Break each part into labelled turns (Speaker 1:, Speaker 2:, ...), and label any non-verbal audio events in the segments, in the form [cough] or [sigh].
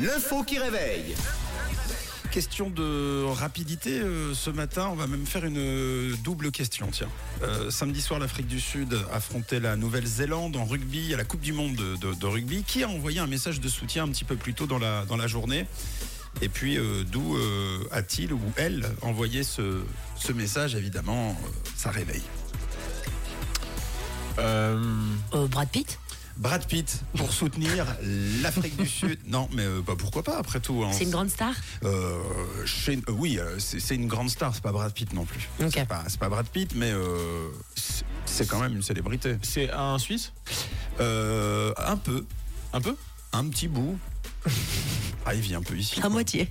Speaker 1: L'info qui réveille.
Speaker 2: Question de rapidité euh, ce matin, on va même faire une euh, double question. Tiens, Euh, samedi soir, l'Afrique du Sud affrontait la Nouvelle-Zélande en rugby à la Coupe du Monde de, de- de rugby. Qui a envoyé un message de soutien un petit peu plus tôt dans la dans la journée Et puis euh, d'où euh, a-t-il ou elle envoyé ce ce message Évidemment, euh, ça réveille.
Speaker 3: Euh, Brad Pitt
Speaker 2: Brad Pitt pour soutenir l'Afrique du Sud.
Speaker 3: [laughs]
Speaker 2: Non, mais euh, bah, pourquoi pas après tout. hein.
Speaker 3: C'est une grande star
Speaker 2: Euh, Shane- euh, oui, euh, c'est c'est une grande star, c'est pas Brad Pitt non plus.
Speaker 3: Ok.
Speaker 2: C'est pas, c'est pas Brad Pitt, mais euh, c'est- c'est quand même une célébrité.
Speaker 4: C'est un Suisse
Speaker 2: Euh, un peu,
Speaker 4: Un peu
Speaker 2: un petit bout. [laughs] Ah, il vit un peu ici.
Speaker 3: À moitié.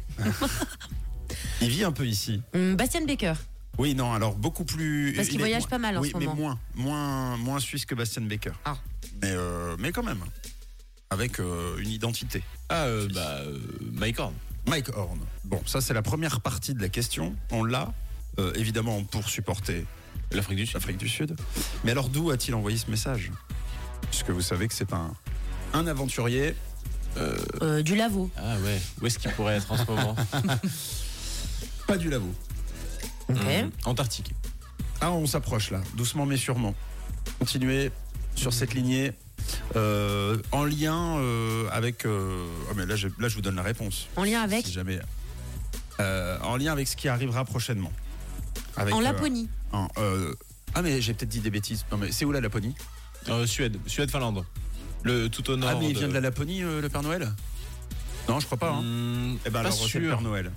Speaker 2: Il vit un peu ici.
Speaker 3: Hum, Bastien Baker.
Speaker 2: Oui, non, alors beaucoup plus.
Speaker 3: Parce qu'il
Speaker 2: il est
Speaker 3: voyage
Speaker 2: moins-
Speaker 3: pas mal en
Speaker 2: oui,
Speaker 3: ce
Speaker 2: mais
Speaker 3: moment.
Speaker 2: moins, moins, moins suisse que Bastian Baker.
Speaker 3: Ah.
Speaker 2: Mais, euh, mais quand même, avec euh, une identité.
Speaker 4: Ah, euh, bah, euh, Mike Horn.
Speaker 2: Mike Horn. Bon, ça c'est la première partie de la question. On l'a, euh, évidemment, pour supporter
Speaker 4: L'Afrique du Sud.
Speaker 2: l'Afrique du Sud. Mais alors d'où a-t-il envoyé ce message Puisque vous savez que c'est un, un aventurier.
Speaker 3: Euh, du Lavo.
Speaker 4: Ah ouais, où est-ce qu'il pourrait être en ce
Speaker 2: [laughs]
Speaker 4: moment
Speaker 2: Pas du Lavaux.
Speaker 3: Ok.
Speaker 4: Hum, Antarctique.
Speaker 2: Ah, on s'approche là, doucement mais sûrement. Continuez sur cette lignée. euh, en lien euh, avec. euh, oh, mais là, j'ai- là, je vous donne la réponse.
Speaker 3: En lien avec
Speaker 2: Si jamais. Euh, en lien avec ce qui arrivera prochainement. Avec,
Speaker 3: En
Speaker 2: euh,
Speaker 3: Laponie.
Speaker 2: en, euh, ah, mais j'ai peut-être dit des bêtises. Non, mais c'est où la Laponie
Speaker 4: Euh, Suède, Suède-Finlande. Le tout au nord.
Speaker 2: Ah, mais il vient de la Laponie, euh, le Père Noël Non, je crois pas. Hein.
Speaker 4: Hum,
Speaker 2: Eh ben,
Speaker 4: pas
Speaker 2: alors, c'est le
Speaker 4: sûr.
Speaker 2: Père Noël.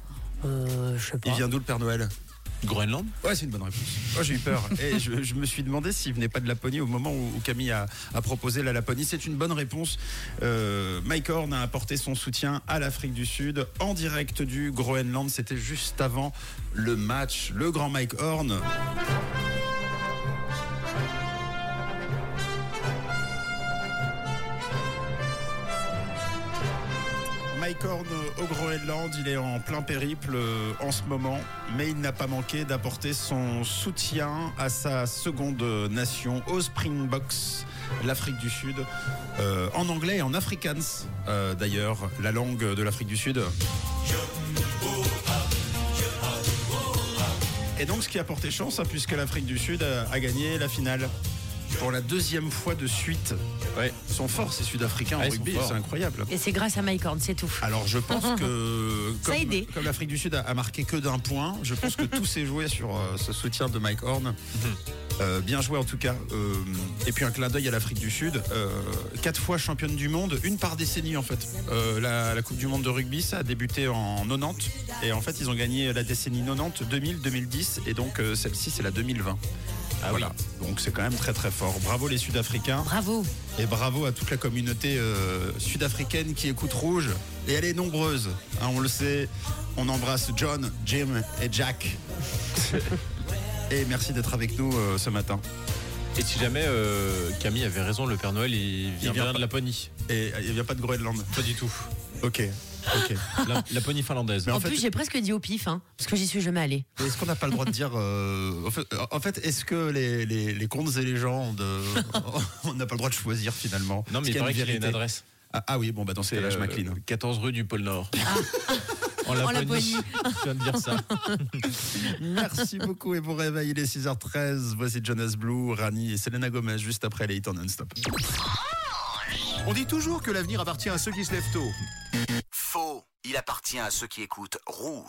Speaker 3: Euh, je sais pas.
Speaker 2: Il vient d'où le Père Noël
Speaker 4: Groenland
Speaker 2: Ouais, c'est une bonne réponse. Oh, j'ai eu peur. [laughs] Et je, je me suis demandé s'il venait pas de Laponie au moment où, où Camille a, a proposé la Laponie. C'est une bonne réponse. Euh, Mike Horn a apporté son soutien à l'Afrique du Sud en direct du Groenland. C'était juste avant le match. Le grand Mike Horn. Mike Horn euh, au Groenland, il est en plein périple euh, en ce moment, mais il n'a pas manqué d'apporter son soutien à sa seconde nation, aux Springboks, l'Afrique du Sud, euh, en anglais et en afrikaans euh, d'ailleurs, la langue de l'Afrique du Sud. Et donc ce qui a porté chance, hein, puisque l'Afrique du Sud a, a gagné la finale pour la deuxième fois de suite.
Speaker 4: Ouais.
Speaker 2: Ils sont forts ces Sud-Africains
Speaker 4: Ah,
Speaker 2: en
Speaker 4: ils sont
Speaker 2: rugby,
Speaker 4: forts.
Speaker 2: c'est incroyable.
Speaker 3: Et c'est grâce à Mike Horn, c'est tout.
Speaker 2: Alors je pense que
Speaker 3: [laughs] Ça a aidé.
Speaker 2: comme, comme l'Afrique du Sud a, a marqué que d'un point, je pense que tout s'est joué sur euh, ce soutien de Mike
Speaker 3: Mhm.
Speaker 2: Horn. Euh, bien joué en tout cas. Euh, et puis un clin d'œil à l'Afrique du Sud. Euh, quatre fois championne du monde, une par décennie en fait. Euh, la, la Coupe du Monde de rugby, ça a débuté en 90. Et en fait, ils ont gagné la décennie 90, 2000, 2010. Et donc euh, celle-ci, c'est la 2020.
Speaker 4: Ah
Speaker 2: voilà. Donc c'est quand même très très fort. Bravo les Sud-Africains.
Speaker 3: Bravo.
Speaker 2: Et bravo à toute la communauté euh, sud-africaine qui écoute Rouge. Et elle est nombreuse, hein, on le sait. On embrasse John, Jim et
Speaker 4: [laughs]
Speaker 2: Jack. et merci d'être avec nous euh, ce matin.
Speaker 4: Et si jamais euh, Camille avait raison, le Père Noël, il vient,
Speaker 2: Il vient
Speaker 4: bien
Speaker 2: pas-
Speaker 4: de Laponie.
Speaker 2: Et euh, il vient pas de Groenland
Speaker 4: Pas du tout.
Speaker 2: Ok. Ok.
Speaker 4: La- Laponie finlandaise.
Speaker 2: Mais en
Speaker 3: En,
Speaker 2: fait-
Speaker 3: plus, j'ai presque dit au pif, hein, parce que j'y suis jamais allée.
Speaker 2: Est-ce qu'on n'a pas le droit de dire. euh, en fait, en fait, est-ce que les, les, les contes et légendes, euh, [laughs] on n'a pas le droit de choisir finalement
Speaker 4: Non,
Speaker 2: Est-ce
Speaker 4: mais il
Speaker 2: qu'il y a
Speaker 4: paraît
Speaker 2: une
Speaker 4: qu'il y a une
Speaker 2: vérité
Speaker 4: adresse.
Speaker 2: ah, ah oui, bon, bah dans ce
Speaker 4: C'est
Speaker 2: cas-là, je
Speaker 4: euh,
Speaker 2: m'incline.
Speaker 4: 14 rue du pôle Nord.
Speaker 2: Ah.
Speaker 4: En
Speaker 3: Laponie.
Speaker 4: [laughs] Je viens de dire ça.
Speaker 2: Merci beaucoup et bon réveil, il est 6h13. Voici Jonas Blue, Rani et Selena Gomez juste après les hits en non-stop.
Speaker 5: On dit toujours que l'avenir appartient à ceux qui se lèvent tôt.
Speaker 1: Faux. Il appartient à ceux qui écoutent Rouge.